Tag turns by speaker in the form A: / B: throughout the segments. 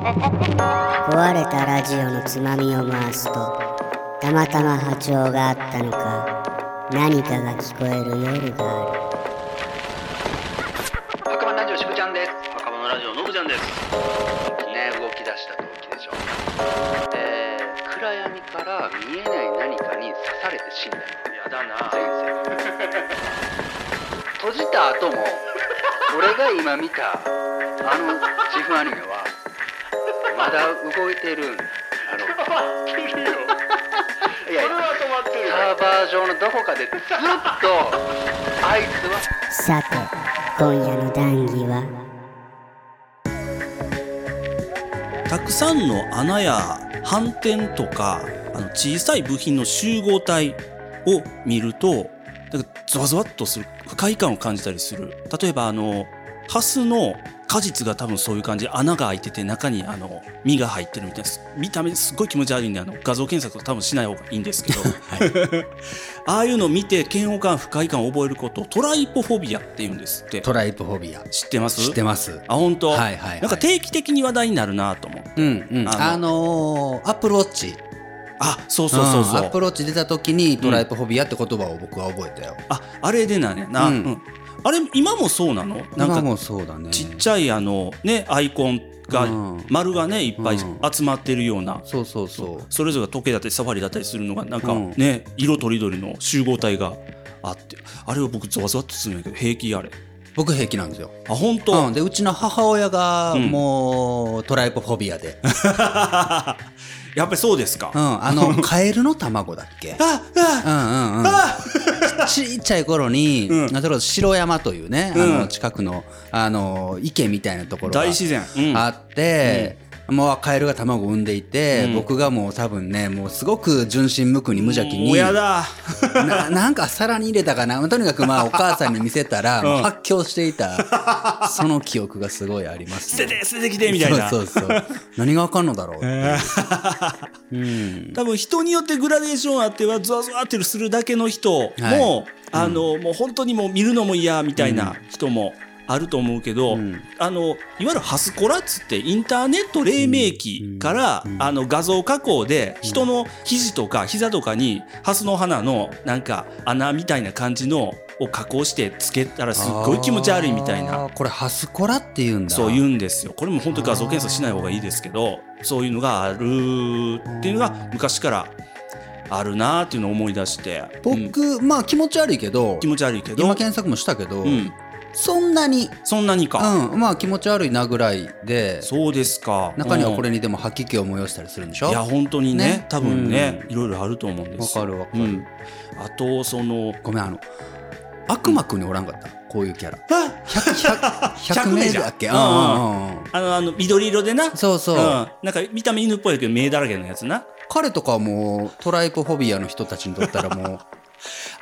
A: 壊れたラジオのつまみを回すとたまたま波長があったのか何かが聞こえる夜がある
B: 赤羽ラジオしぶちゃんです赤羽ラジオのぶちゃんですね動き出した動機でしょえー、暗闇から見えない何かに刺されて死んだやだな人生 閉じた後も俺が今見たあのジフアニメはまだ動いてるんだろ ういやいやサーバー上のどこかで ずっとあいつ
A: さ
B: は
A: て今夜の談義は
C: たくさんの穴や斑点とかあの小さい部品の集合体を見るとなんかゾワゾワっとする不快感を感じたりする例えばあのハスの果実が多分そういう感じで穴が開いてて中にあの実が入ってるみたいです見た目すごい気持ち悪いんであの画像検索は多分しない方がいいんです けど、 ああいうのを見て嫌悪感不快感を覚えることをトライポフォビアって言うんですって
D: トライプフォビア
C: 知ってます
D: 知ってます
C: あ本当、
D: はいはいはい
C: なんか定期的に話題になるなと思って
D: うんうん
C: あの
D: あのーアップルウォッチ
C: あそうそうそうそ
D: ん
C: う、
D: アップルウォッチ出た時にトライプフォビアって言葉を僕は覚えたよ、
C: ああれでなんやな、
D: う
C: うんんあれ今もそうなのな
D: 今
C: んか
D: もそうだね
C: ちっちゃいあのねアイコンが、
D: うん
C: 丸がねいっぱい
D: うん
C: 集まってるような、
D: そうそうそう
C: それぞれが時計だったりサファリだったりするのがなんか
D: うん
C: ね、色とりどりの集合体があってあれは僕ゾワゾワっとするんやけど平気あれ
D: 僕平気なんですよ
C: あ本当、
D: うん、でうちの母親が
C: うん
D: もうトライポフォビアで、
C: やっぱりそうですか、
D: うん、あ のカエルの卵だっけ
C: ああ
D: うんうんうんちちっちゃい頃に、
C: うん
D: それこそ城山というね、あ
C: う
D: の
C: ん
D: 近くのあの池みたいなところが
C: 大自然、うん
D: あって、もうカエルが卵を産んでいて、
C: うん
D: 僕がもう多分ねもうすごく純真無垢に無邪気に
C: 親だ
D: ななんか皿に入れたかなとにかく まあお母さんに見せたら、
C: うん
D: もう発狂していたその記憶がすごいあります
C: 捨
D: ね
C: てて捨ててきてみたいな
D: そうそうそう。何がわかんのだろうっていう。うん。
C: 多分人によってグラデーションあってはゾワゾワってするだけの人も、
D: はい
C: あのもう本当にもう見るのも嫌みたいな人もあると思うけど、
D: うん
C: あのいわゆるハスコラっつってインターネット黎明期から、
D: うんうん
C: あの画像加工で人の肘とか膝とかにハスの花のなんか穴みたいな感じのを加工してつけたら すっごい気持ち悪いみたいな
D: あー。これハスコラって言うんだ。
C: そう言うんですよこれも本当に画像検査しない方がいいですけどそういうのがあるっていうのが昔からあるなーっていうのを思い出してうん
D: 僕、まあ気持ち悪いけど、
C: 気持ち悪いけど
D: 今、検索もしたけど、
C: うん、
D: そんなに、
C: そんなにか、
D: うん、まあ気持ち悪いなぐらいで、
C: そうですか
D: 中には
C: うん
D: これにでも吐き気を催したりするんでしょ
C: いや本当にね
D: ね
C: 多分ね、いろいろあると思うんで
D: わ
C: す
D: か
C: よ
D: るわか
C: う
D: る。
C: ん、あとその
D: ごめん、あの、悪魔くんにおらんかった。こういうキャラ。
C: あ
D: 100、100
C: 100名
D: 名
C: じゃん
D: だっけ
C: う
D: うんん
C: う
D: うんんうん。
C: あのあの緑色でな、うん、
D: そうそう。
C: なんか見た目犬っぽいけど目だらけのやつな
D: 彼とかはもうトライポフォビアの人たちにとったらもう、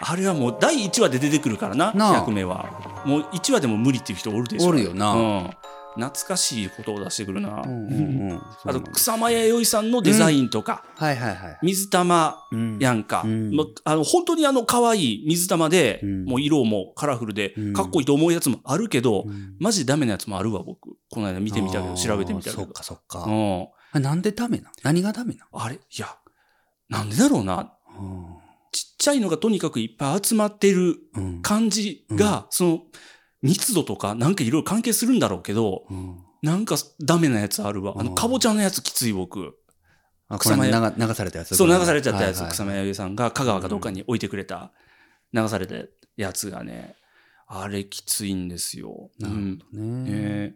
C: あれはもう第1話で出てくるからな
D: なあ
C: 100名はもう1話でも無理っていう人おる でしょ
D: おるよな
C: うん、懐かしいことを出してくるな、
D: うんうんうん
C: あと草間彌生さんのデザインとか、
D: はいはいはい。
C: 水玉やんか、
D: うん
C: まあの本当にあの可愛い水玉で、
D: うん
C: もう色もカラフルで
D: うん
C: かっこいいと思うやつもあるけど、
D: ん
C: マジでダメなやつもあるわ僕この間見てみたけど調べてみたけ
D: あーそ
C: ど
D: っかそっ
C: う
D: か。
C: ん、
D: あなんでダメなん何がダメなん
C: あれいやなんでだろうなちっちゃいのがとにかくいっぱい集まってる
D: うん
C: 感じが、その密度とかなんかいろいろ関係するんだろうけど
D: うん
C: なんかダメなやつあるわあ
D: う
C: の
D: ん
C: かぼちゃのやつきつい僕
D: あこ
C: 草
D: れ
C: 間
D: 流流されたやつ
C: そう流されちゃったやつ、
D: はいはい
C: 草間彌生さんが香川かどっかに置いてくれた、流されたやつがねあれきついんですよ。
D: なるほど
C: うん
D: ね。
C: ね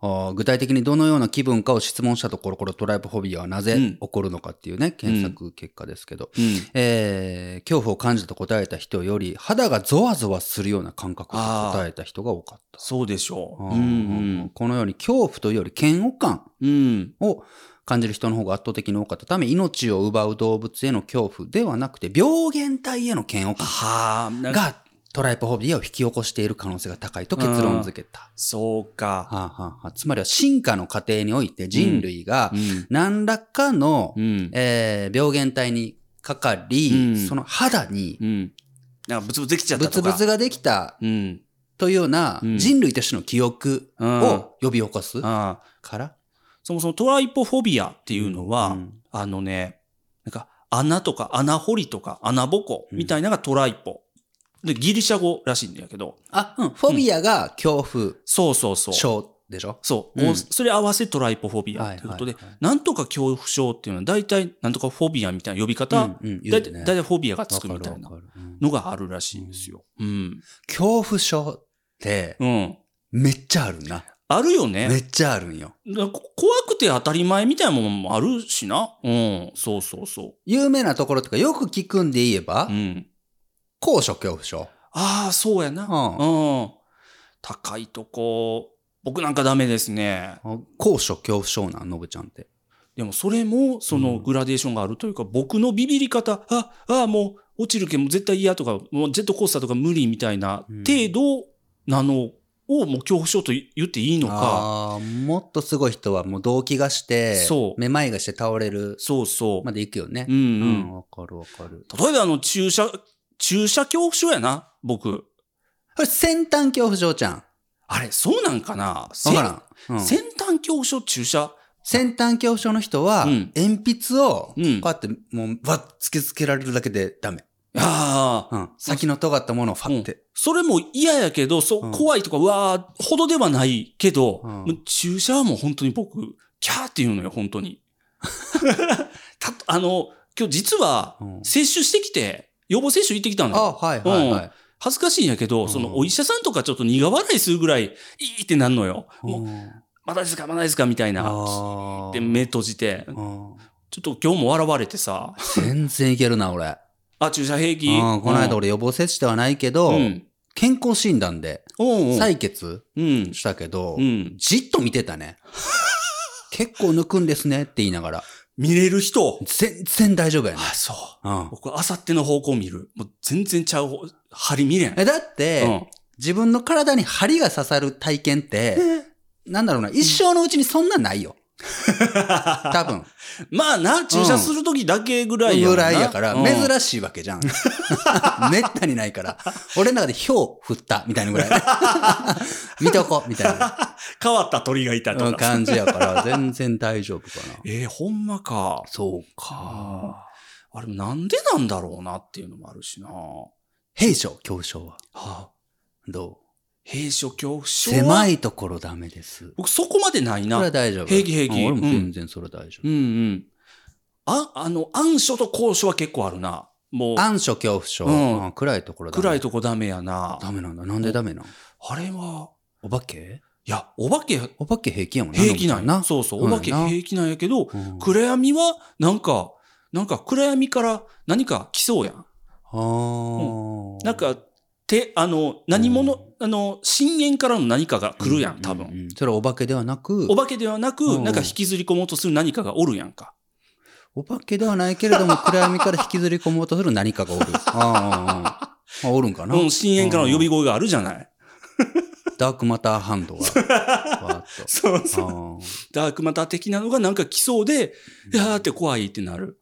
D: あー具体的にどのような気分かを質問したところ、これトライプフォビアはな
C: う
D: ぜ起
C: ん
D: こるのかっていうね、検索結果ですけど。
C: うん
D: えー恐怖を感じたと答えた人より、肌がゾワゾワするような感覚と答えた人が多かった。
C: そうでしょう。う
D: うん
C: ん
D: このように恐怖というより嫌悪感
C: うんうん
D: を感じる人の方が圧倒的に多かったため命を奪う動物への恐怖ではなくて病原体への嫌悪感
C: はあなんか
D: がトライポフォビアを引き起こしている可能性が高いと結論付けた。
C: そうか。
D: はあはあはあつまりは進化の過程において人類が
C: うん
D: 何らかの、
C: うん
D: えー病原体にかかり、
C: うん
D: その肌に
C: うんなんかブツブツできちゃった
D: ブ
C: と
D: ツ
C: か。
D: ブツができた
C: うん
D: というような
C: うん
D: 人類としての記憶を呼び起こす
C: ああ
D: から。
C: そもそもトライポフォビアっていうのは、
D: うん
C: あのね、なんか穴とか穴掘りとか穴ぼこみたいなのがトライポ。で、ギリシャ語らしいんだけど、
D: あ、うん。フォビアが恐怖
C: そうそうそう。
D: 症でしょ
C: そう、
D: うん
C: それ合わせトライポフォビアということで、
D: はいはいはい
C: なんとか恐怖症っていうのは大体なんとかフォビアみたいな呼び
D: うん
C: 方、
D: うん言
C: だ
D: う
C: い
D: てね
C: 大体フォビアがつくみたいな
D: わかるわかるうん
C: のがあるらしいんですよ。うん。
D: 恐怖症って
C: うん。
D: めっちゃあるな。
C: あるよね。
D: めっちゃあるんよ。
C: だからこ怖くて当たり前みたいなものもあるしな。うん。そうそうそ
D: 有名なところとかよく聞くんで言えば
C: う。う、ん。
D: 高所恐怖症。
C: ああ、そうやな。
D: う
C: うん。高いとこ、僕なんかダメですね。
D: 高所恐怖症なん、のぶちゃんって。
C: でもそれも、そうの
D: ん
C: グラデーションがあるというか、僕のビビり方、あ、あ、もう落ちるけんもう絶対嫌とか、もうジェットコースターとか無理みたいな
D: うん
C: 程度なのを、もう恐怖症と言っていいのか。
D: ああーもっとすごい人はもう動悸がして、
C: そう
D: めまいがして倒れる
C: そうそう。
D: まで行くよね
C: う。ん
D: う
C: うん。
D: わかるわかる。
C: 例えばあの、注射、注射恐怖症やな、僕。
D: これ先端恐怖症ちゃん。
C: あれ、そうなんかな
D: わからん。うん
C: せん先端恐怖症注射。
D: 先端恐怖症の人は、
C: うん
D: 鉛筆を、こ
C: う
D: うんやってもう、わっ、突きつけられるだけでダメ。
C: ああ。
D: うん。先の尖ったものをファって。
C: それも嫌やけど、そううん怖いとか、うわー、ほどではないけど、
D: うん
C: もう注射はもう本当に僕、キャーって言うのよ、本当 に。たあの、今日実は
D: う、ん
C: 接種してきて、予防接種行ってきたの
D: あ
C: よ。
D: はいはいはい。
C: 恥ずかしいんやけど、
D: うん
C: そのお医者さんとかちょっと苦笑いするぐらい、いいってなんのよ。もう、
D: うん
C: まだですか、まだですか、みたいな。
D: あ
C: で、目閉じて、
D: うん
C: ちょっと今日も笑われてさ、
D: 全然いけるな、俺。
C: あ、注射平気
D: うん、この間
C: 俺、
D: 俺予防接種ではないけど、
C: うん。
D: 健康診断で
C: うんうん。
D: 採血
C: うん。
D: したけど、
C: うん。
D: じっと見てたね。結構抜くんですねって言いながら。
C: 見れる人。
D: 全然大丈夫やね。
C: あ、そう。
D: うん、
C: 僕、あさっての方向見る。もう全然ちゃう方、針見れん。
D: えだって、
C: うん
D: 自分の体に針が刺さる体験って、なんだろうな、一生のうちにそんなない よ。多分。
C: まあな、注射するときだけぐらいや
D: ぐ
C: もんな
D: らいやから、
C: うん
D: 珍しいわけ じゃん。めったにないから。俺の中でひょう降った、みたいなぐら い。見とこ、みたいな
C: 変わった鳥がいたと
D: うん
C: か。
D: 感じやから、全然大丈夫かな。
C: えー、ほんまか。
D: そうか。
C: ああれ、なんでなんだろうなっていうのもあるしな。は
D: 兵所、恐怖症は。
C: あ、
D: ど
C: 閉所恐怖
D: う
C: 症は
D: 狭。いところダメです。
C: 僕、そこまでない
D: それ
C: な
D: は。大丈夫。
C: 平気平気
D: うん俺も全然それは大丈
C: うんうん。あ、あの、暗所と高所は結構あるな。もう
D: 夫。、暗所恐怖症。
C: うん
D: あ暗いところダメ。
C: 暗いとこダメやな。
D: ダメなんだ。なんでダメなの
C: あれは、
D: お化け
C: いや、お化け
D: お化け平気やもん
C: 平気なんや。
D: な。
C: そうそう、
D: う
C: お
D: ん
C: 化け平気なんやけど、
D: うん
C: 暗闇は、なんか、なんか暗闇から何か来そうやん。
D: あー
C: なんか、手、あの、何者、
D: うん
C: あの、深淵からの何かが来るやん、多分。
D: うううそれはお化けではなく、
C: お化けではなく、
D: うん
C: なんか引きずり込もうとする何かがおるやんか。
D: お化けではないけれど も、暗闇から引きずり込もうとする何かがおる。あーあーあーあおるんかな、
C: うん、深淵からの呼び声があるじゃない。
D: ダークマターハンド が。わーっと
C: そう
D: あ
C: そう。
D: ー
C: ダークマター的なのがなんか来そうで、いやーって怖いってなる。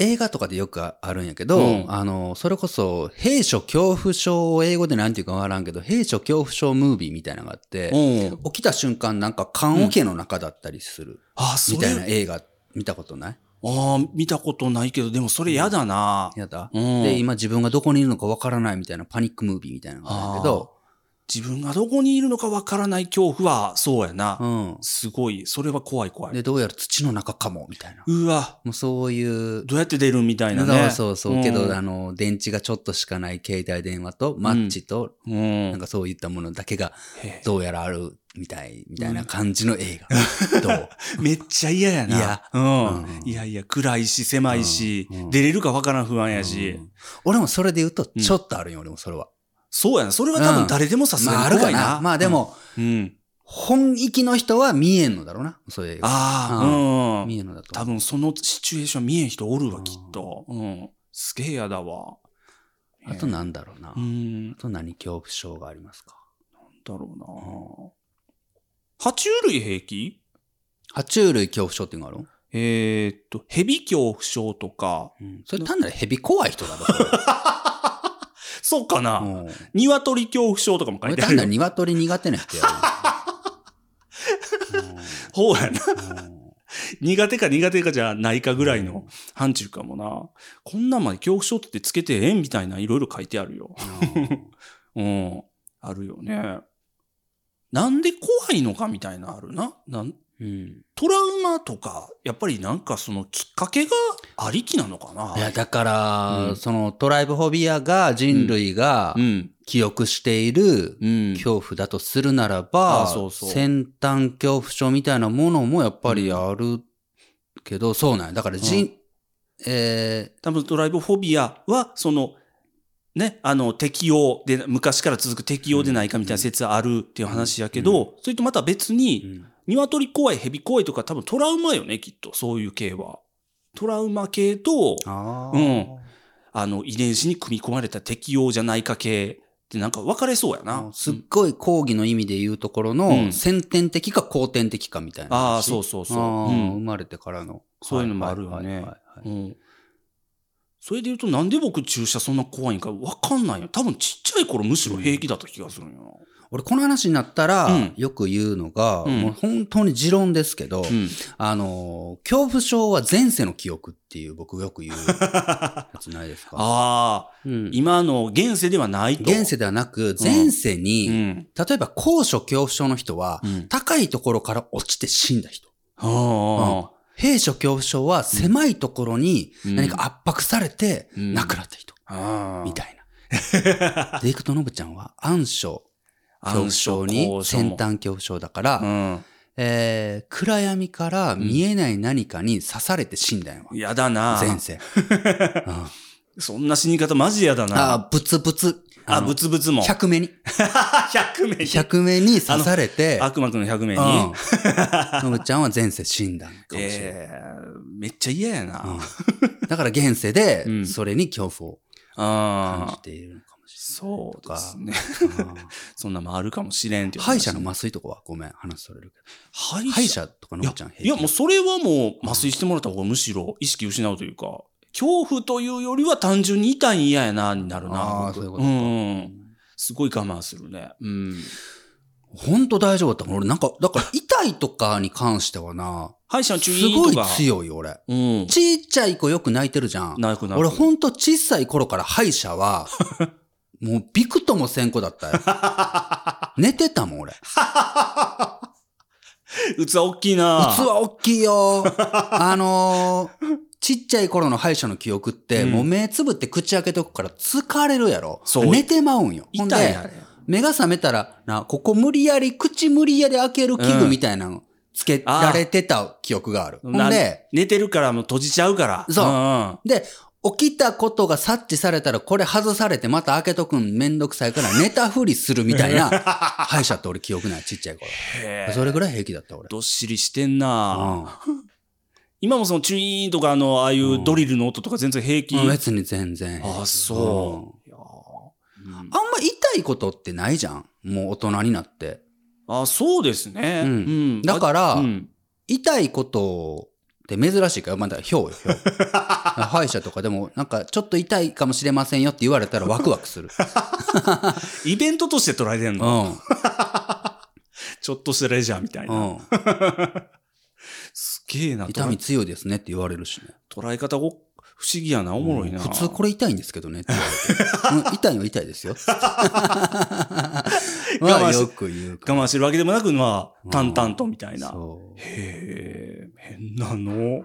D: 映画とかでよくあるんやけど、
C: うん
D: あの、それこそ、兵所恐怖症を英語でなんていうかわからんけど、兵所恐怖症ムービーみたいなのがあって、
C: うん。
D: 起きた瞬間なんか棺桶の中だったりする、
C: あー、そ
D: みたいな
C: れ、
D: 映画見たことない
C: ああ、見たことないけど、でもそれやだな。
D: やだ、
C: うん。
D: で、今自分がどこにいるのかわからないみたいなパニックムービーみたいなのがあるんやけど、
C: 自分がどこにいるのかわからない恐怖は、そうやな。
D: う
C: すごい。それは怖い怖
D: ん。
C: い。
D: で、どうやら土の中かも、みたいな。
C: うわ、
D: もうそういう、
C: どうやって出るみたいな
D: そう
C: ね。
D: そうそう、
C: ん
D: けど、あの、電池がちょっとしかない携帯電話と、マッチと、
C: うん。
D: なんかそういったものだけが、
C: へ
D: どうやらあるみたい、みたいな感じの映 画。どう
C: えめっちゃ嫌やな。
D: いや。
C: う
D: う。
C: ん
D: ん
C: いやいや、暗いし、狭いし
D: うんう、ん
C: 出れるかわからん不安やし
D: う。ん俺もそれで言うと、
C: うん
D: ちょっとあるよ、俺もそれは。
C: そうやな。それは多分誰でもさす
D: まあ、
C: が
D: あ
C: に
D: るか
C: 怖いな
D: な。。まあでも、
C: うん。うん。
D: 本域の人は見えんのだろうな、そういう映画。
C: あ
D: う
C: あ、うん。
D: 見えんのだと
C: 多
D: 思う。
C: 分そのシチュエーション見えん人おるわ、きっと。うん。すげえ嫌だわ。
D: あとなんだろうな。
C: う
D: あ
C: ん。
D: と何恐怖症がありますか
C: だろうな、爬虫類平気
D: 爬虫類恐怖症っていうのがあるの
C: えーっと、蛇恐怖症とか、
D: それ単なる蛇怖い人だろ、それ
C: そうかな、
D: うん。
C: 鶏恐怖症とかも書い
D: 俺
C: てあ
D: 単
C: る
D: な
C: よ
D: る。鶏苦手な人や
C: ほうやな。
D: なうん。
C: 苦手か苦手かじゃないかぐらいの範疇かもな。こんなんまで恐怖症ってつけてええんみたいないろいろ書いてあるよ。うん。あるよね。なんで怖いのかみたいなあるな。なん
D: うん。
C: トラウマとか、やっぱりなんかそのきっかけがありきなのかない
D: や、だから、
C: うん
D: そのトライブフォビアが人類が
C: うん。
D: 記憶している
C: うん。
D: 恐怖だとするなら
C: あ
D: ば、
C: そうそう
D: 先端恐怖症みたいなものもやっぱりあるけど、そうなんやだから人、
C: うん
D: え
C: 多分トライボフォビアは、その、ね、あの、適応で、昔から続く適応でないかみたいな説あるっていう話やけど、それとまた別
D: ー
C: に、鶏怖い、蛇怖いとか多分トラウマよね、きっと、そういう系は。トラウマ系と、
D: あ
C: あの、遺伝子に組み込まれた適応じゃないか系ってなんか分かれそうや
D: あ
C: な。
D: すっごい講義の意味で言うところの、
C: うん
D: 先天的か後天的かみたいな話。
C: ああ、そうそうそう。
D: あ
C: う
D: ー生
C: ん
D: まれてからの。
C: そういうのもあるよね
D: はいはいはいはい
C: うん。それで言うと、なんで僕注射そんな怖いんか分かんないよ。多分ちっちゃい頃むしろ平気だった気がするんよな。
D: 俺、この話になったら、
C: うん
D: よく言うのが、
C: うん
D: もう本当に持論ですけど、
C: うん。
D: あのー、恐怖症は前世の記憶っていう、僕よく 言うやつないですか。
C: ああ、
D: うん
C: 今の現世ではないと。
D: 現世ではなく、前世に、
C: うん。
D: 例えば高所恐怖症の人は、
C: うん。
D: 高いところから落ちて死んだ人。
C: あ
D: 閉所恐怖症は狭いところに
C: うん
D: 何か圧迫されて
C: うん
D: 亡くなった人、
C: あ。ああ。
D: みたい な。で、いくとのぶちゃんは暗所恐怖症に先端恐怖症だから、
C: うん。
D: えー、暗闇から見えない何かに刺されて死んだんやわ。
C: やだな。
D: 前 世。うん
C: そんな死に方マジでやだな。
D: あー、ブツブツ。
C: あ、
D: の
C: ブツブツも。
D: 100目に。
C: 100名に。
D: 100目に刺されて、
C: 悪魔くんの100名に。
D: うんのぶちゃんは前世死んだんかもしれない。
C: えーめっちゃ嫌やな。あ
D: うんだから現世
C: う
D: で、
C: ん
D: それに恐怖を感じ
C: あ。
D: ているのかもし
C: そうですね。
D: れないな。
C: そんなもんあるかもしれんっていう
D: 歯医者の
C: 話
D: 麻酔とかはごめん、話それるけ
C: 歯医
D: ど。
C: 者
D: 歯医者とかの
C: い
D: ぶ
C: や
D: ちゃん平気
C: いや、もうそれはもう麻酔してもらった方がむしろ意識失うというか、恐怖というよりは単純に痛いん嫌やな、になるな。
D: あー
C: 僕
D: そういうことか
C: んん。すごい我慢するね。うん。
D: ほんと大丈夫だったから俺なんか、だから痛いとかに関してはな、
C: 歯医者の注
D: す
C: 意
D: ご
C: と
D: い
C: か。
D: 強い俺。
C: うん。
D: ちっちゃい子よく泣いてるじゃん。
C: なくなく
D: 俺ほんと小さい頃から歯医者は、 もうびくともせん子だったよ。寝てたもん俺。
C: 器大きいな。
D: 器大きい よ。あのーちっちゃい頃の歯医者の記憶って、
C: うん
D: もう目つぶって口開けとくから疲れるやろ。
C: そう
D: 寝てまうんよ。ほん
C: 痛い
D: で
C: あ、れ。
D: 目が覚めたら、な、ここ無理やり、口無理やり開ける器具みたいなのつけられてた記憶がある。ほん
C: な
D: で、
C: 寝てるからもう閉じちゃうから。
D: そうんで、起きたことが察知されたらこれ外されてまた開けとくんめんどくさいから寝たふりするみたい な歯医者って俺記憶ないちっちゃい頃。
C: へえ
D: それぐらい平気だった俺。
C: どっしりしてんな。
D: う
C: 今もそのチュイーンとかあの、ああいうドリルの音とか全然平気。
D: ん。別に全然平気。
C: あ、そう。いやーうん
D: あんま痛いことってないじゃん。もう大人になって。
C: あ、そうですね。
D: うん
C: ん
D: だから
C: うん
D: 痛いことって珍しいから、まだ、ひょうよ、 ひょう。歯医者とかでも、なんか、ちょっと痛いかもしれませんよって言われたらワクワクする。
C: イベントとして捉えてん
D: う
C: の
D: ん。
C: ちょっとしたレジャーみたいうな。
D: ん。
C: すげえな。
D: 痛み強いですねって言われるしね。
C: 捉え方が不思議やな。おもろいな。
D: 普通これ痛いんですけどねって言われて。うん痛いのは痛い ですよ。ま
C: 我慢
D: あ
C: し
D: よく言うか
C: 我慢してるわけでもなく、まあ、淡々とみたい
D: ら。
C: な。
D: そう。
C: へえ、変なの。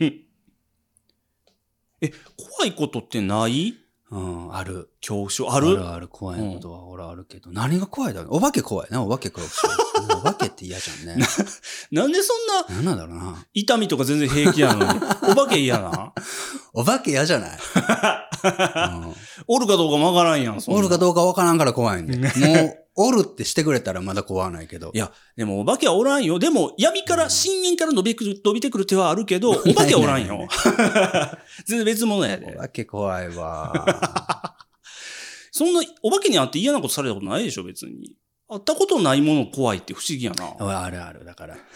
C: え、怖いことってない
D: うん、ある。
C: 恐怖症あ
D: あ
C: る
D: るある怖いことは俺あるけど。何が怖いだろうお化け怖いな、お化け怖い。 お化けって嫌じゃんね。
C: なんでそんな
D: 何なんだろうな。
C: 痛みとか全然平気やのに。お化け嫌な
D: お化け嫌じゃない、うん
C: おるかどうかもわからんやん。そんな
D: おるかどうかわからんから怖い んで。もう、おるってしてくれたらまだ怖ないけど。
C: いやでもお化けはおらんよ。でも闇から、深淵から伸びくる伸びてくる手はあるけど、お化けはおらん
D: ないない
C: よ。全然別物や
D: お
C: で。
D: 化け怖いわ。
C: そんな、お化けにあって嫌なことされたことないでしょ、別に。会ったことないもの怖いって不思議やな。
D: おいあるある、だから。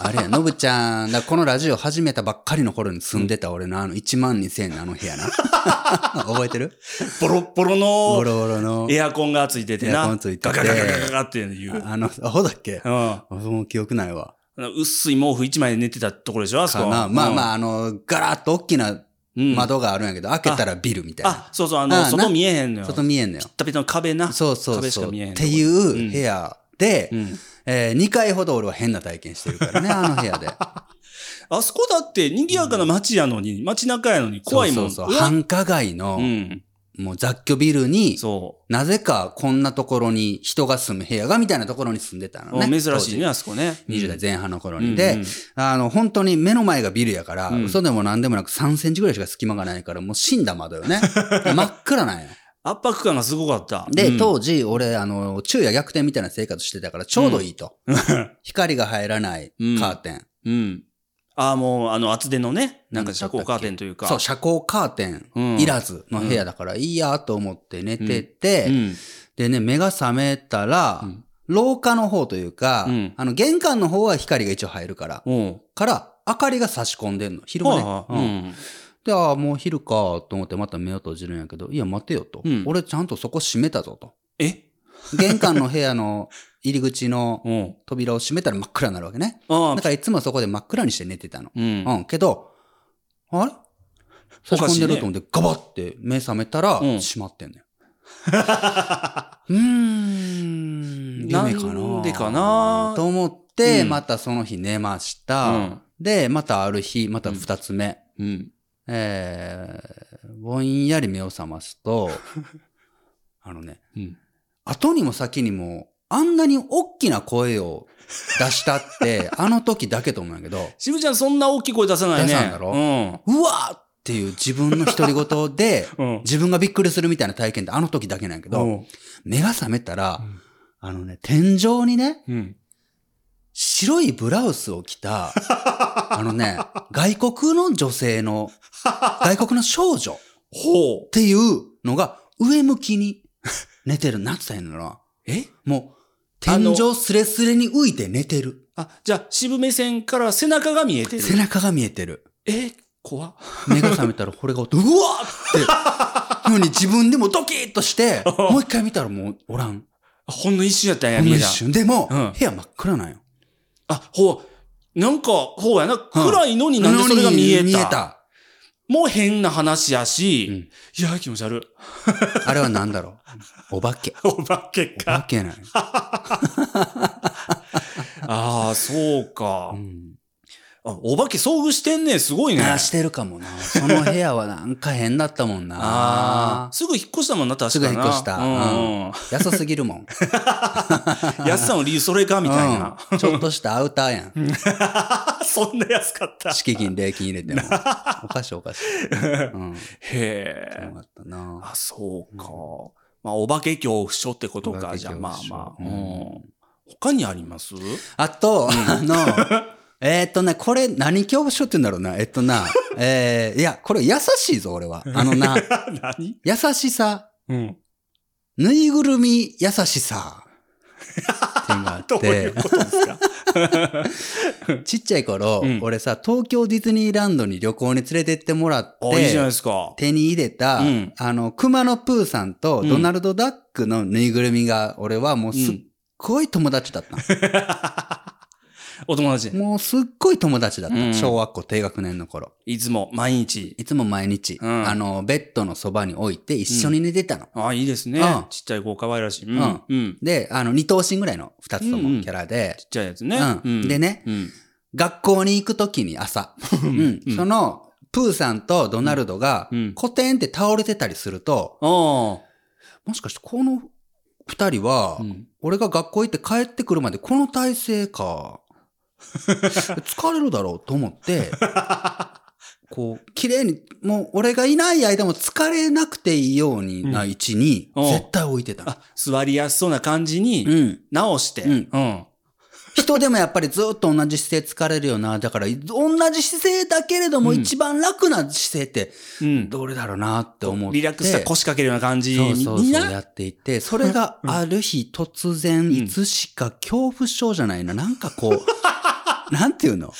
D: あれや、のぶちゃん、だからこのラジオ始めたばっかりの頃に住んでた俺のあの1万2000円のあの部屋な。 覚えてる
C: ボロッボロ
D: ボ
C: の
D: ロボロの。
C: エアコンがついてて
D: エア
C: な。
D: コンついてて
C: ガガガガガガガっていう。うん。
D: あの、アホだっけ
C: あ
D: もう記憶ないわ。
C: の薄い毛布一枚で寝てたところでしょあそ
D: か
C: こ。
D: な。まあ
C: あ。
D: まあ、あの、ガラッと大きな
C: うん。
D: 窓があるんやけど、開けたらビルみたいな。
C: あ、そうそう、あの、
D: あな
C: 外見えへんのよ。
D: 外
C: ピ
D: 見えんのよ。
C: タピタの壁な。
D: そうそう
C: 壁し
D: そ
C: か
D: う。っ
C: 見えへん
D: ていう部屋で、
C: うん。
D: えー、2回ほど俺は変な体験してるからね、あの部屋で。
C: あそこだって賑やかな街やのに、街中やのに 怖いもん。
D: そううそうそう
C: わ
D: 繁華街の、
C: うん。
D: もう雑居ビルに、
C: そ
D: なぜかこんなところに人が住む部屋がみたいなところに住んでたの
C: う。
D: ね。
C: 珍しいね、
D: 当
C: あそこね。
D: 時。20代前半の頃に。
C: うん
D: で、
C: うんうん
D: あの、本当に目の前がビルやから、
C: うん
D: 嘘でも何でもなく3センチぐらいしか隙間がないから、もう死んだ窓よ ね。真っ暗なんよ。
C: 圧迫感がすごかった。
D: で、
C: うん
D: 当時、俺、あの、昼夜逆転みたいな生活してたから、ちょうどいいと。光が入らないカーテン。
C: うん。ああ、もう、あの、厚手のね、なんか遮光カーテンというか。
D: そう、遮光カーテン
C: うん
D: いらずの部屋だから、いいやと思って寝てて、
C: うん。
D: でね、目が覚めたら、
C: うん
D: 廊下の方というか、
C: うん
D: あの、玄関の方は光が一応入るから、
C: おう。
D: から、明かりが差し込んでんの。昼間ね。
C: はあ
D: うん
C: うん。
D: で、ああ、もう昼か、と思ってまた目を閉じるんやけど、いや、待てよと。
C: うん
D: 俺ちゃんとそこ閉めたぞと。
C: え
D: 玄関の部屋の入り口の
C: おう。
D: 扉を閉めたら真っ暗になるわけね。
C: あ
D: だ
C: あ、
D: からいつもそこで真っ暗にして寝てたの。
C: うん
D: う。ん、けど、あれ差
C: お
D: し
C: かしい
D: 込
C: ね
D: んでると思って、ガバって目覚めたら、
C: うん
D: 閉まってんのよ。うーん、
C: なん
D: 夢かな。
C: でかな
D: と思って、
C: うん
D: またその日寝まし
C: う
D: た
C: ん。
D: で、またある日、また二つ目。
C: うん。
D: えー、ぼんやり目を覚ます と、あのね、
C: うん
D: 後にも先にも、あんなに大きな声を出したって、あの時だけと思うんやけど、
C: 渋ちゃんそんな大きい声出さないね。
D: 出さんだろ
C: うん。
D: うわーっていう自分の独り言 で、
C: うん。
D: 自分がびっくりするみたいな体験ってあの時だけなんやけど、目が覚めたら、
C: ん
D: あのね、天井にね、
C: うん。
D: 白いブラウスを着 た、あのね、外国の女性 の、外国の少女っ
C: ほう。
D: ていうのが上向き に寝てる。なんつったらいいのかな
C: え
D: もう、
C: あ
D: 天
C: の
D: 井すれすれに浮いて寝てる。
C: あ、じゃあ、渋目線から背中が見えてる。
D: 背中が見えてる。
C: え怖っ
D: 目が覚めたらこれが音、うわーって、のに自分でもドキッと して、もう一回見たらもうおらん。
C: ほんの一瞬やったんや、
D: ほんの
C: 見え
D: 一
C: た。
D: 瞬。でも、
C: うん
D: 部屋真っ暗なんよ。
C: あ、ほう。なんか、ほうやな。暗いのになんでそれが見えた。
D: 見えた。
C: もう変な話やし、
D: うん
C: いや、気持ち悪い。
D: あれは何だろ う。お化け。
C: お化け
D: お化。けなんよ。
C: ああ、そうか、
D: うん
C: あ。お化け遭遇してんねすごいね。
D: あーしてるかもな。その部屋はなんか変だったもん
C: あ
D: な
C: ー。すぐ引っ越したもんな、確かな
D: すぐ引っ越した
C: うん。
D: 安すぎるもん。
C: 安さんをリーそれかみたいな。
D: うんちょっとしたアウターや ん。
C: そんな安かった。へ
D: 敷金礼金入れて も。おかしいおかしい。うん。よ
C: え。
D: かったな。
C: あ、そうか。まあ、お化け恐怖症ってこと
D: お化
C: か。
D: け
C: じゃあ、
D: 恐
C: ま
D: 怖
C: あ
D: 症
C: まあ。
D: う
C: うんん。他にあります
D: あと、あ の、えーっとね、これ何恐怖症って言うんだろうな。えっとな、えー、いや、これ優しいぞ、俺は。 あのな、
C: 何
D: 優しさ、
C: うん。
D: ぬいぐるみ優し さ。っていうのがあっ
C: どうい
D: て
C: うことですか
D: ちっちゃい頃、
C: うん
D: 俺さ、東京ディズニーランドに旅行に連れてってもらっ
C: あ、いいじゃ
D: て、
C: ないですか。
D: 手に入れた、
C: うん
D: あの、熊野プーさんと
C: うん
D: ドナルド・ダックのぬいぐるみが、俺はもうすっごい友達だ ったの。
C: お友達。
D: もうすっごい友達だった。
C: うん
D: 小学校低学年の頃。
C: いつも、毎日。
D: いつも毎日、
C: うん
D: あの、ベッドのそばに置いて一緒に寝てたの。
C: あ、いいですね
D: うん。
C: ちっちゃい子、可愛らしい。う
D: うん
C: ん。うん。
D: で、あの、二等身ぐらいの二つともキャラで
C: ち、っちゃいやつね。
D: うんでね
C: うん。
D: 学校に行くときに朝、うん
C: うん
D: その、プーさんとドナルドが
C: うんうん、
D: コテンって倒れてたりすると、
C: あ
D: もしかしてこの二人は
C: あ。う、ん
D: 俺が学校行って帰ってくるまでこの体勢か。 疲れるだろうと思 って、こう、綺麗に、もう俺がいない間も疲れなくていいようにな位置に、
C: うん
D: 絶対置いてたの。
C: 座りやすそうな感じ
D: う
C: に
D: ん。
C: 直して。
D: うん
C: うん。
D: 人でもやっぱりずっと同じ姿勢疲れるよな。だから、同じ姿勢だけれども
C: うん
D: 一番楽な姿勢って
C: うん。
D: どれだろうなって思って。
C: リラックスした腰掛けるような感じ
D: そう
C: に
D: そう
C: に
D: そう
C: な。
D: やっていて、それがある日突然、
C: ん
D: いつしか恐怖症じゃないな。なんかこ う、なんていうの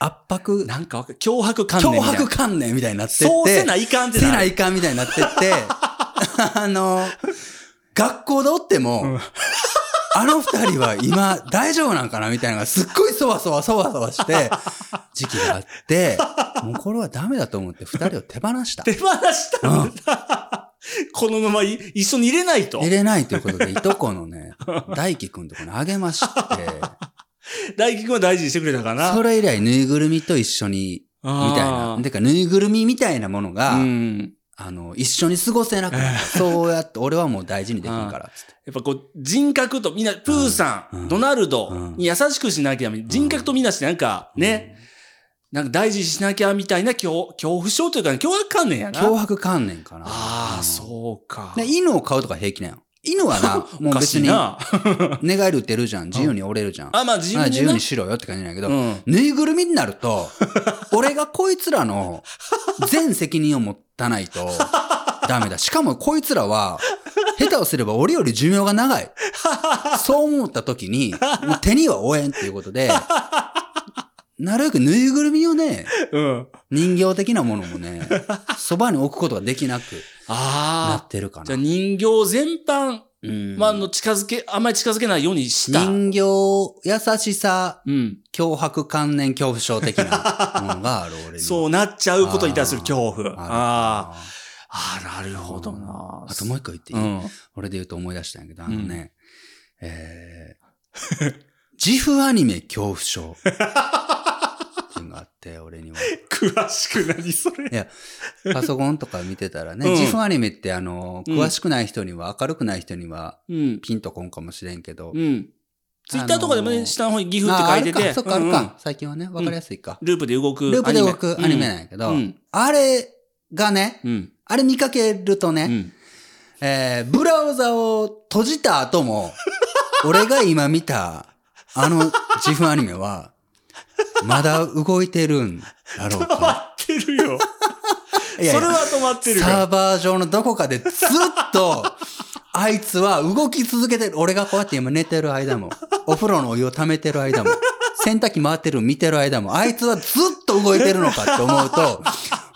D: 圧迫、
C: なんかわかる脅迫観念み
D: 脅
C: たいな。
D: 迫観念みたいになってって。
C: そうせないかんって
D: せな
C: る
D: いかんみたいになってって、 あの、学校でおっても、
C: うん
D: あの二人は今大丈夫なんかなみたいなのがすっごいそわそわそわそわして、時期があって、もうこれはダメだと思って二人を手放した。
C: 手放したんだ。このままい一緒に入れないと
D: 入。れないということで、いとこのね、大輝くんとこにあげまして、
C: 大輝くんは大事にしてくれたか な。
D: それ以来ぬいぐるみと一緒に、
C: み
D: みたいな。てか、ぬいぐるみみたいなものが、
C: うん。
D: あの、一緒に過ごせなくなった。そうやって、俺はもう大事にできんから、つって。
C: やっぱこう、人格とみんな、プーさん、
D: うん
C: ドナルド
D: うん
C: に優しくしなきゃ、人格とみんなしてなんかね、なんか大事にしなきゃみたいな恐恐怖症というか、脅迫観念やな。
D: 脅迫観念かな。
C: ああ、
D: う
C: そうか。
D: ん。で、犬を飼うとか平気なんよ。犬はな、
C: お
D: もう
C: か
D: 別
C: しい
D: に、
C: な。
D: 寝返り打てるじゃん。自由に折れるじゃん。
C: あ、まあ自
D: 自
C: 由にな。
D: 自由にしろよって感じなんやけど、
C: うん。
D: ぬいぐるみになる と、俺がこいつらの全責任を持たない とダメだ。しかもこいつらは、下手をすれば俺より寿命が長い。そう思った時に、もう手には負えんっていうこと で、なるべくぬいぐるみをね、
C: うん。
D: 人形的なものもね、そばに置くことができなくな
C: ああ
D: っ。てるか
C: じゃ
D: な
C: あ。人形全般、
D: うん
C: まあ、の近づけ、あんまり近づけないようにした。
D: 人形、優しさ、
C: うん。
D: 脅迫観念恐怖症的なものがある 俺には。
C: そうなっちゃうことに対する恐怖。
D: ある
C: あ
D: かな
C: あ。ああ、なるほどな。
D: あともう一個言っていい、
C: うん。
D: 俺で言うと思い出したんやけど、あのね、えー自負アニメ恐怖症。っていうのがあって、俺 には。
C: 詳しく何それ。
D: パソコンとか見てたらね、
C: うん
D: 自負アニメってあの、
C: うん
D: 詳しくない人には、明るくない人には、
C: うん。
D: ピンとこんかもしれんけど。
C: うん。ツイッターとかでも
D: あの
C: ね、
D: ー
C: 下の方に岐阜って書いて
D: あある
C: て。
D: かそっかあ
C: う
D: る
C: ん
D: か、
C: うん
D: 最近はね、わかりやすいか。
C: ループで動く。
D: ループで動くアニメなんやけど、
C: うん
D: あれがね、
C: うん。
D: あれ見かけるとね、
C: うん。
D: えーブラウザを閉じた後 も、俺が今見た、あの、自負アニメは、まだ動いてるんだ ろう
C: 止ま
D: か。
C: ってるよ。
D: いやいや
C: それは止まってるよ。
D: サーバー上のどこかでずっ と、あいつは動き続けてる。俺がこうやって今寝てる間も、お風呂のお湯を溜めてる間も、洗濯機回ってるの見てる間も、あいつはずっと動いてるのかって思うと、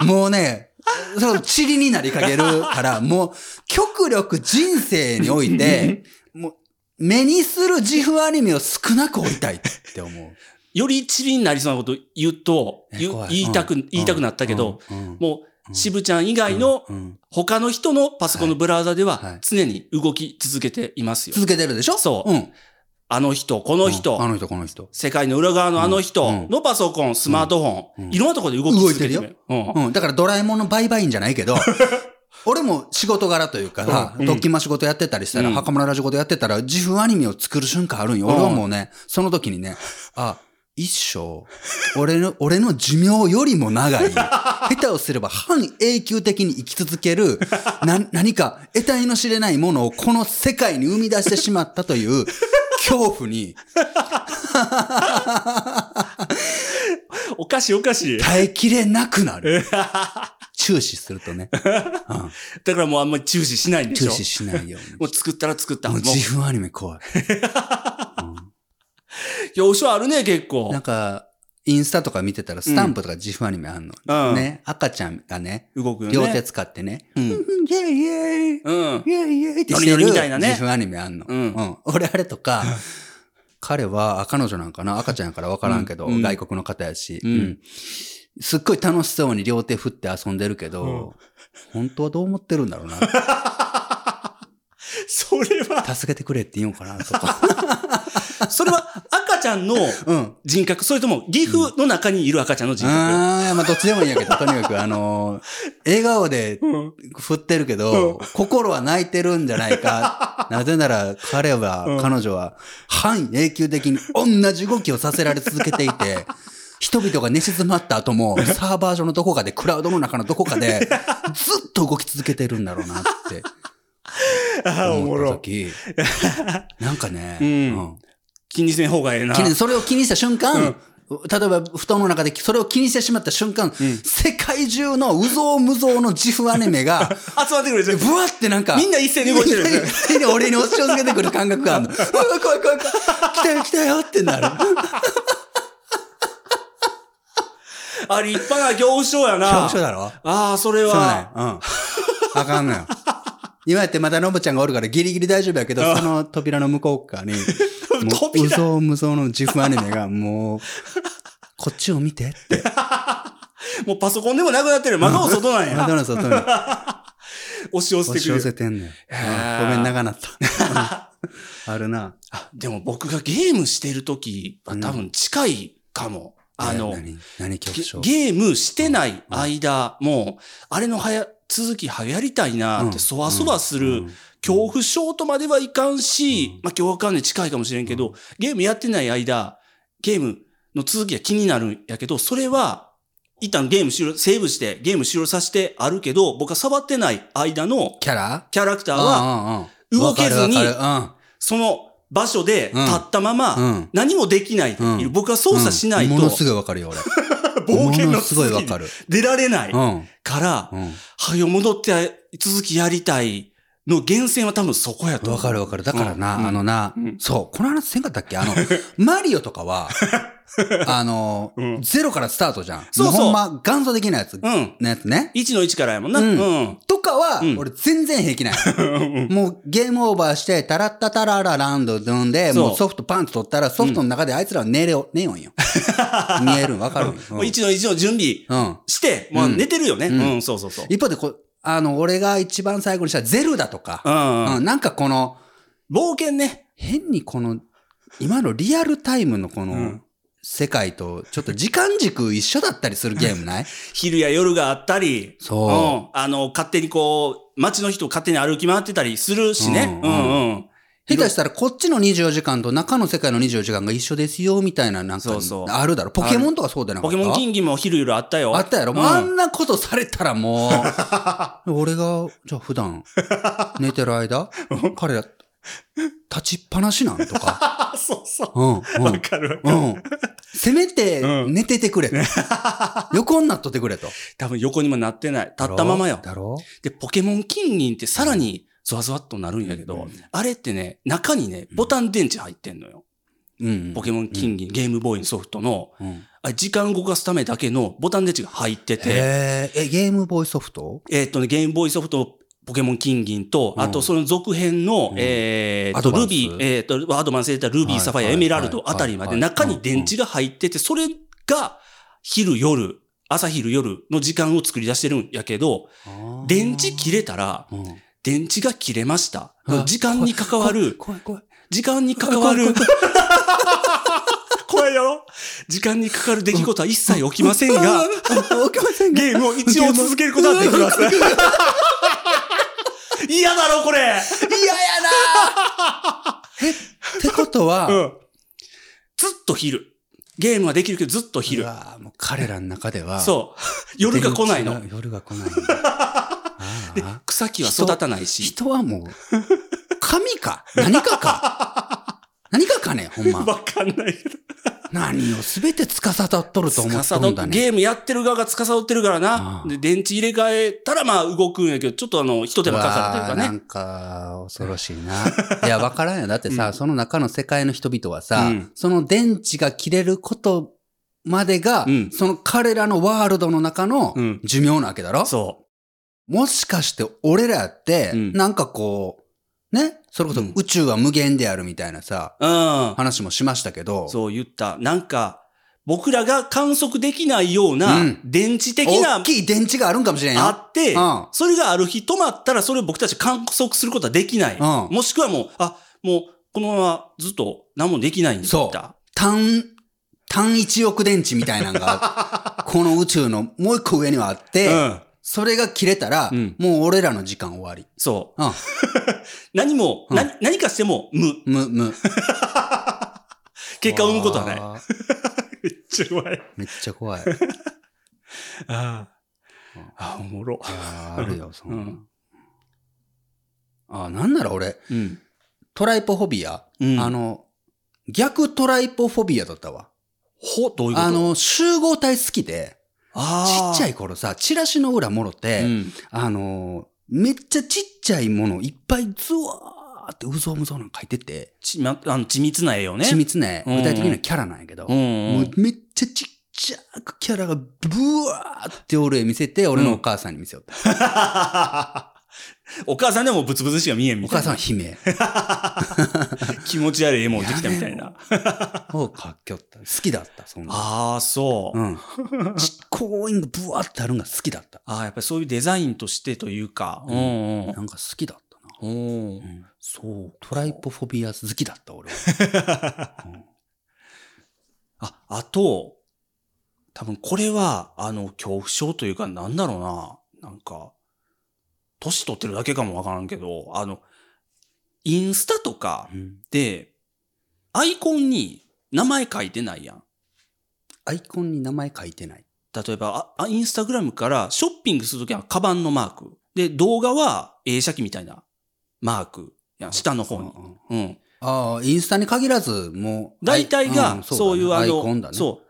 D: もうね、そう、塵になりかけるから、もう、極力人生におい て、もう、目にする自負アニメを少なく置いたいって思う。
C: よりチリになりそうなこと言うと、
D: え
C: 言う
D: 怖
C: 言いたく、
D: うん
C: 言いたくなったけど、、
D: うんうん
C: も
D: うん
C: う、しぶちゃん以外の
D: うんうん
C: 他の人のパソコンのブラウザで
D: はいは
C: はい常に動き続けていますよ。
D: 続けてるでしょ
C: そう
D: うん。
C: あの人、この人
D: うんあ、の人、この人。
C: 世界の裏側のあの
D: う
C: 人
D: ん
C: のパソコン、スマートフォ
D: うん
C: ン、いろんなところで動き続けて
D: 動い
C: る。うん
D: うん、だからドラえもんのバイバインじゃない けど、俺も仕事柄というかさ、
C: うん
D: ドッキンマ仕事やってたりしたら、
C: うん
D: 袴のラジ事やってたら、自負アニメを作る瞬間あるんよ。
C: うん
D: 俺はもうね、その時にね、あ、一生、俺の、俺の寿命よりも長い、下手をすれば半永久的に生き続ける、な、何か得体の知れないものをこの世界に生み出してしまったという、恐怖に
C: おかしいおかしい。
D: 耐えきれなくな る。注視するとね、うん
C: だからもうあんまり注視しないんでし
D: 注
C: ょ。
D: 視しないように。
C: もう作ったら作った。
D: も
C: も
D: う
C: う、
D: 自負アニメ怖い。
C: 表彰あるね、結構
D: なん。か、インスタとか見てたら、スタンプとか自負アニメあんの。
C: うん
D: ね。赤ちゃんがね、
C: 動くよね。
D: 両手使ってね、
C: うん。
D: うんイェイイェイ
C: うん。
D: イェイイェイってして
C: ノリノ
D: る
C: リみたいなね
D: 自負アニメあんの。
C: うん
D: 俺あれと か、彼は、あ彼女なんかな赤ちゃんやから分からんけど、
C: うん
D: 外国の方やし、
C: うん
D: うんすっごい楽しそうに両手振って遊んでるけど、
C: うん
D: 本当はどう思ってるんだろうな。
C: それ は、
D: 助けてくれって言うんかなと か。
C: それは赤ちゃんの
D: うん。
C: 人格、それとも岐阜の中にいる赤ちゃんの人格。
D: ああー、まあどっちでもいいんやけど、とにかくあ のー笑顔で
C: うん。
D: 振ってるけど、心は泣いてるんじゃない か。なぜなら彼は、
C: うん
D: 彼女は半永久的に同じ動きをさせられ続けてい て、人々が寝静まった後も、サーバー上のどこかで、クラウドの中のどこか で、ずっと動き続けてるんだろうなって
C: ああ、おも
D: 思った
C: ろ。
D: 時、なんかね、
C: うん気にせん方がええな。
D: 気にそれを気にした瞬間、例えば布団の中でそれを気にしてしまった瞬間、世界中のうぞうむぞうの自負アニメ が、
C: 集まってくるでしょ
D: ぶわってなんか、
C: みんな一斉に動いてるん
D: み
C: で
D: んな
C: すよ
D: 一斉に俺に押し寄せてくる感覚があ るの。うわ、怖い怖い怖い。来たよ来たよってなる。
C: あ、立派な行商やな。
D: 恐怖症だろ
C: ああ、それ
D: そうね
C: は。。
D: うん。あかんのよ。今やってまだノブちゃんがおるからギリギリ大丈夫やけど、その扉の向こう側 に、もう、う
C: 扉
D: ぞうむぞうの自負アニメがもう、こっちを見てって。
C: もうパソコンでもなくなってる。窓を外なんや。
D: 窓の外に押
C: 押し寄せて
D: し
C: く
D: 寄
C: る。
D: せてんねん。うん
C: ー
D: ごめん、長なった。 うんあるな。
C: でも僕がゲームしてる時は多分近いかも。あの、
D: 何何局長
C: ゲゲームしてない間も、あれのはや、続きはやりたいなって、そわそわす
D: うんう
C: る
D: ん。
C: 恐怖症とまではいかんし、まあ恐怖感で近いかもしれんけど、ゲームやってない間、ゲームの続きが気になるんやけど、それは、一旦ゲーム終了、セーブして、ゲーム終了させてあるけど、僕は触ってない間の
D: キャラ
C: キャラクターは、
D: うんうんうん
C: 動けずに
D: わか
C: その場所で立ったまま、
D: るわかるうんうん
C: 何もできないっていう、
D: うん
C: 僕は操作しないと、
D: ものすごいわかるよ、俺。
C: 冒険
D: もの
C: の
D: すごい
C: 続
D: わ
C: き
D: か
C: に
D: る。
C: 出られない
D: うん。
C: から、
D: うん
C: はよ戻って続きやりたいの源泉は多分そこやと思
D: わ
C: う。
D: かるわかる。だからな、
C: うん
D: あのな、
C: うん
D: そう、この話せんかったっけあの、 マリオとかは、 あの、
C: うん
D: ゼロからスタートじゃん。
C: そうそう
D: もほんま、元祖的なやつ、
C: うん。
D: のやつね。
C: 1の1からやもんな。
D: う
C: うんん。
D: とかは、
C: うん
D: 俺全然平気ない。 もうゲームオーバーして、タラッタタララランドドンで、
C: そう
D: もうソフトパンツ取ったら、ソフトの中であいつらは寝れよ、寝よんよ。 見えるんわかるんよ
C: もう1の1の準備
D: うん。うん
C: して、もう寝てるよね。
D: う
C: うんん、そうそうそう。
D: 一方でこう、あの、俺が一番最後にしたゼルダと
C: う
D: か、
C: ん
D: う
C: うん
D: ん、なんかこの、
C: 冒険ね。
D: 変にこの、今のリアルタイムのこ
C: う
D: の
C: ん、
D: 世界と、ちょっと時間軸一緒だったりするゲーム ない
C: 昼や夜があったり、う
D: そ
C: ん。あの、勝手にこう、街の人を勝手に歩き回ってたりするしね。
D: う
C: うんんうん。
D: う。下手したらこっちの24時間と中の世界の24時間が一緒ですよ、みたいななんか
C: そうそう、
D: あるだろ。ポケモンとかそうだよなか
C: ポ
D: っ
C: ケ
D: た。
C: モン金銀も昼夜あったよ。
D: あったやろ。
C: うん
D: もうあんなことされたらも う、俺が、じゃあ普段、寝てる間、彼ら、立ちっぱなしなんと か。
C: あ、そうそう。
D: うん、うん。
C: わかるわかる。
D: うん。せめて
C: うん
D: 寝てて くれと。横になっとってくれと。
C: 多分横にもなってない。立ったままよ。
D: だろ
C: で、ポケモン金銀ってさらにゾワゾワっとなるんやけど、あれってね、中にね、ボタン電池入ってんのよ。
D: うん
C: ポケモン金銀、ゲームボーイのソフトの、
D: モン。
C: あ時間動かすためだけのボタン電池が入ってて、
D: へえ、え、ゲームボーイソフト
C: えーっとね、ゲームボーイソフト、ポケモン金銀と、
D: うん
C: あとその続編の
D: う、ん
C: えー
D: ア
C: っ
D: ド
C: と、
D: バン
C: ル
D: ス
C: ビー、えーっと、アドバンスで言ったらルビ
D: は
C: ー、
D: い
C: サファイア、
D: はい
C: エメラルドあたりま
D: は
C: で
D: い
C: 中に電池が入ってて、それが昼夜、朝昼夜の時間を作り出してるんやけど、電池切れたら、
D: うん
C: 電池が切れました
D: あ。
C: 時間に関わる、
D: 怖い怖い。
C: 時間に関わる。 怖いやろ時間に関わる出来事は一切起きませんが、
D: 起きませんが。
C: ゲームを一応続けることはできます。 嫌だろ、これ
D: 嫌やなえ、ってこと
C: う
D: は、
C: ん。ずっと昼。ゲームはできるけどずっと
D: う
C: 昼。
D: わもう彼らの中では、
C: そう。夜が来ないの
D: 電。池が夜が来ない の。ああ
C: 草木は育たないし。
D: 人はもう、神か何かか 何かかね、ほんま。
C: わかんないけど。
D: 何を全て司っとると思っ
C: 司
D: と
C: ど
D: る
C: っ
D: んだね。
C: ゲームやってる側が司ってるから
D: あ
C: な
D: あ。
C: で、電池入れ替えたらまあ動くんやけど、ちょっとあの、一手間かかるという
D: わあ
C: か
D: な
C: ね。
D: んか、恐ろしいな。い や、わからんよ。だってさ、その中の世界の人々はさ、
C: うん
D: その電池が切れることまでが、
C: うん
D: その彼らのワールドの中の
C: うん
D: 寿命なわけだろ、
C: そ
D: もしかして俺らやって、
C: うん
D: なんかこう、ね、それこそ
C: うん
D: 宇宙は無限であるみたいなさ、
C: う。うん。
D: 話もしましたけど、
C: そう言った。なんか、僕らが観測できないような
D: うん、
C: 電池的な、
D: 大きい電池があるんかもしれんよ。
C: あって、
D: うん
C: それがある日止まったら、それを僕たち観測することはできない。
D: うん
C: もしくはもう、あ、もう、このままずっと何もできないんだ。
D: そう単、単1億電池みたいなの が、この宇宙のもう一個上にはあって、
C: うん
D: それが切れたら、
C: うん
D: もう俺らの時間終わり。
C: そう。
D: うん。
C: 何も、
D: うん
C: な何かしても無。
D: む、む。
C: 結果を生むことはない。
D: わあ
C: めっちゃ怖い。
D: めっちゃ怖い。
C: ああ。あ、おもろ。
D: あーあるよ、そんな。
C: うん
D: あーなんなら俺、
C: うん。
D: トライポホビア、
C: うん
D: あの、逆トライポフォビアだったわ。
C: ほ、どういうこと
D: あ、の、集合体好きで、ちっちゃ
C: い。
D: い頃さ、チラシの裏もろて、
C: うん。
D: あのーめっちゃちっちゃいものいっぱいズワーってうぞうむぞうなんか書いてて、
C: ち、ま、あの、緻密な絵をね。
D: 緻密ね、
C: うん
D: 具体的なキャラなんやけど、
C: うんう
D: も
C: ん。
D: うめっちゃちっちゃくキャラがブワーって俺へ見せて、俺のお母さんに見せよった。
C: お母さんでもブツブツしか見えんみ
D: お
C: たい
D: 母
C: な。
D: さんは悲鳴
C: 気持ち悪い絵もできたみたい
D: や
C: な。
D: を書きよった。好きだった、そんな。
C: ああ、そう。
D: うん。ちっこいのがブワーってあるのが好きだった。
C: ああ、やっぱりそういうデザインとしてというか。
D: うん
C: んうん
D: なんか好きだったな。
C: おー
D: うんそう。トライポフォビア好きだった、俺は。
C: あ、あと、多分これは、あの、恐怖症というか、なんだろうな。なんか、年取ってるだけかもわからんけど、あの、インスタとか
D: うん
C: で、アイコンに名前書いてないやん。
D: アイコンに名前書いてない。
C: 例えば、ああインスタグラムからショッピングするときはカバンのマーク。で、動画は映写機みたいなマークやん。下の方に
D: う。んうん
C: うん。
D: ああ、インスタに限らず、もう。
C: 大体
D: あい
C: が、
D: ん
C: そういうあ
D: アイ
C: の、
D: コンだね。
C: そう。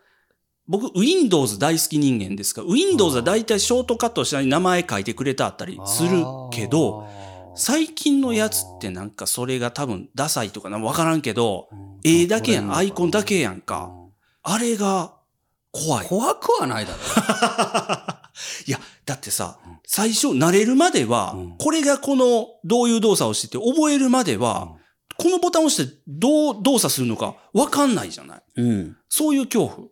C: 僕、Windows 大好き人間ですから、Windows は大体ショートカット下に名前書いてくれたあったりするけど、
D: あー、
C: 最近のやつってなんかそれが多分ダサいとかな、わからんけど、
D: うん
C: 絵だけや
D: こ
C: ん、
D: れ
C: アイコンだけやんか。あれが怖い。
D: 怖くはないだろ。
C: いや、だってさ
D: うん、
C: 最初慣れるまでは
D: うん、
C: これがこの、どういう動作をしてて、覚えるまでは、このボタンを押してどう動作するのかわかんないじゃない。
D: うん。
C: そういう恐怖。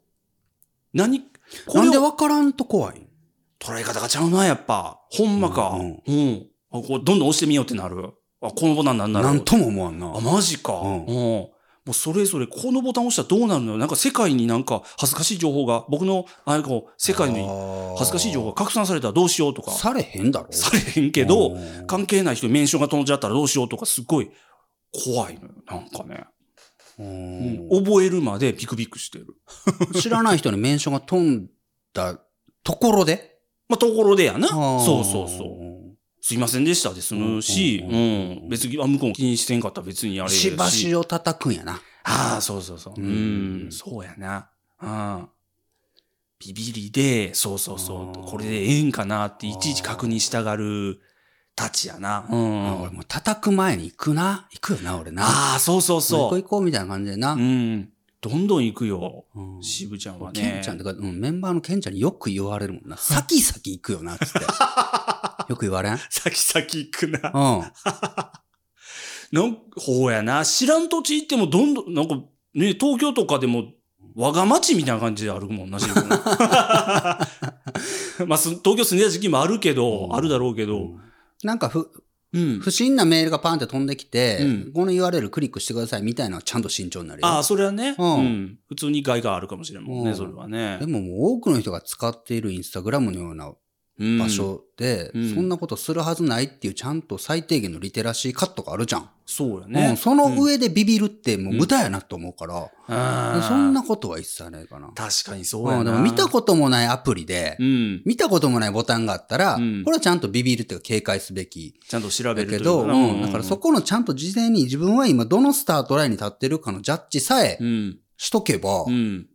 C: 何こ
D: なん
C: れ
D: で
C: は
D: わからんと怖いん
C: 捉え方がちゃうな、やっぱ。ほんまか。
D: う
C: うんん。あこうどんどん押してみようってなる。あ、このボタンなんだろ
D: な
C: うん
D: とも思わんな。
C: あ、マジか。
D: う
C: うんん。もうそれぞれこのボタンを押したらどうなるのよ。なんか世界になんか恥ずかしい情報が、僕の、あれこう、世界に
D: の
C: 恥ずかしい情報が拡散されたらどうしようとか。
D: されへんだろ。
C: されへんけど、
D: うん
C: 関係ない人にメンションが飛んじゃったらどうしようとか、すごい怖いのよ。なんかね。
D: うん
C: 覚えるまでビクビクしてる。
D: 知らない人にメンションが飛んだところで。
C: まあ、ところでやな。
D: あー
C: そうそうそう。すいませんでしたで済むし、
D: う
C: うんん
D: うんうんうん
C: 別に、あ、向こうも気にしてんかったら別にあれやし。
D: しばしを叩くんやな。
C: ああ、そうそうそう。
D: う
C: うんん、そうやな。ああビビりで、そうそうそ
D: あー
C: う、これでええんかなっていちいち確認したがるたちやな。うん。
D: あ俺もう叩く前に行くな。行くよな、俺な。
C: ああ、そうそう
D: 行こ
C: そう
D: 行
C: う。
D: こうみたいな感じでな。
C: うん。どんどん行くよ。
D: うん
C: 渋ちゃんはね。
D: ケンちゃんとか、うん、メンバーのケンちゃんによく言われるも んな。先々行くよな、つって。よく言われんうん。
C: 先々行くな。
D: あ
C: の方やな。知らん土地行ってもどんどん、なんかね、東京とかでも、我が町みたいな感じで歩くもんな、自分まあ、す東京住んでた時期もあるけど、
D: うん
C: あるだろうけど。
D: なんかふ、
C: うん。
D: 不審なメールがパンって飛んできて、
C: うん
D: この URL クリックしてくださいみたいなのはちゃんと慎重になるよ。
C: ああ、それはね、
D: う
C: うんん。普通に害があるかもしれんもん
D: う
C: ね、
D: ん
C: それはね
D: で。ももう多くの人が使っているインスタグラムのような
C: うん
D: 場。所で、
C: うん
D: そんなことするはずないっていうちゃんと最低限のリテラシーカットがあるじゃん。
C: そうや
D: う
C: ね
D: ん、。その上でビビるってもう無駄やなと思うから、
C: あー
D: そんな。ことは一切ないかな。
C: 確かにそう
D: う
C: や
D: ん、で
C: な。
D: も見たこともないアプリで、
C: うん。
D: 見たこともないボタンがあったら、
C: うん
D: これはちゃんとビビるっていうか警戒すべき。
C: ちゃんと調
D: だ
C: べるとい
D: け
C: う
D: ど、
C: な
D: うんだからそ。このちゃんと事前に自分は今どのスタートラインに立ってるかのジャッジさえ
C: うん。
D: しとけば
C: う、ん。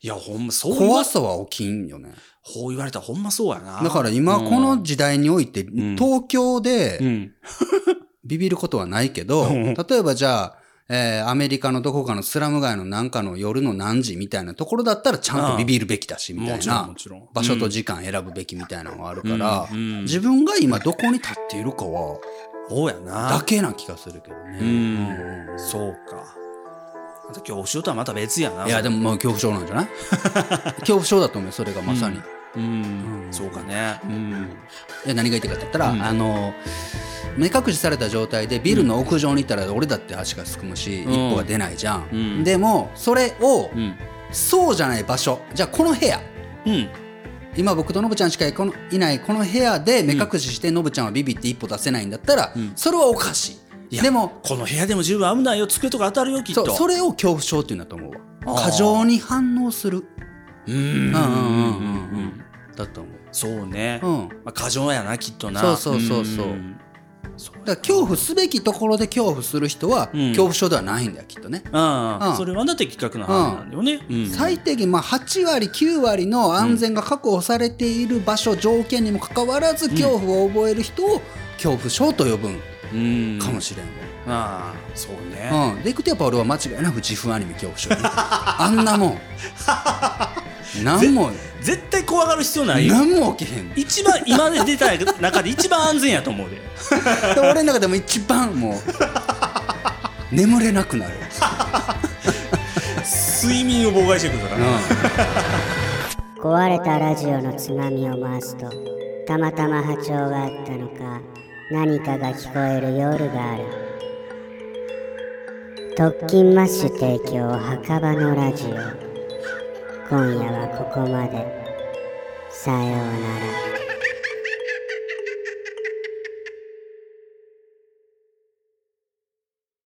C: いや、ほんま、そう言わ
D: 怖さは起きんよね。
C: こう言われたらほんまそうやな。
D: だから今
C: うん
D: この、時代において、
C: ん
D: 東京
C: う
D: で
C: ん。
D: ビビることはないけど、
C: うん
D: 例えばじゃあ、えーアメリカのどこかのスラム街のなんかの夜の何時みたいなところだったらちゃんとビビるべきだし、みた
C: も
D: い
C: ちろん、
D: な
C: も。ちろん。
D: 場所と時間選ぶべきみたいなのがある
C: う
D: か
C: ん
D: ら、
C: うんうん
D: 自分が今どこに立っているかは、
C: そうやな。
D: だけな気がするけどね。
C: うん
D: う
C: そうか。あと恐怖症とはまた別やな。
D: んいや、でもまあ恐怖症なんじゃない 恐怖症だと思うよ、それがまさに。
C: うんうん。そうかね。うん。
D: いや何が言いたかったって言ったら、
C: うん
D: あの、目隠しされた状態でビルの屋上にいたら俺だって足がすくむし、
C: ん
D: 一歩が出ないじゃん。
C: うん
D: でも、それを、
C: うん。
D: そうじゃない場所、じゃあこの部屋。
C: うん。
D: 今僕とノブちゃんしかいこのいないこの部屋で目隠ししてノブちゃんはビビって一歩出せないんだったら、
C: うん
D: それはおかしい。
C: いや
D: でも、
C: この部屋でも十分危ないよ。机とか当たるよ、きっ
D: そ
C: と。
D: うそれを恐怖症っていうんだと思うわ
C: あー
D: 過剰に反応する
C: うん。うんうん
D: うんう
C: うんん
D: う
C: うんん。
D: だと思う
C: そうね。
D: うん
C: まあ過剰やな、きっとな。
D: そうそうそうそうん
C: そう
D: だから恐怖すべきところで恐怖する人は、
C: うん
D: 恐怖症ではないんだよきっとね、
C: ああ、
D: うん
C: それはな的確な話なんだよね。うん
D: 最低限まあ8割9割の安全が確保されている場所、条件にもかかわらず恐怖を覚える人を恐怖症と呼ぶん
C: うん
D: かもしれん、
C: ああそうね、
D: うんでいくとやっぱ俺は間違いなく自負アニメ恐怖症ねあんなも ん何も
C: 絶対怖がる必要ないよ
D: 何も起きへんで
C: 一番今まで出た中で一番安全やと思うで
D: 俺の中でも一番も う眠れなくなる、
C: 睡眠を妨害してくるから
D: うん、
A: 壊れたラジオのつまみを回すとたまたま波長があったのか何かが聞こえる夜がある特勤マッシュ提供墓場のラジオ今夜はここまでさようなら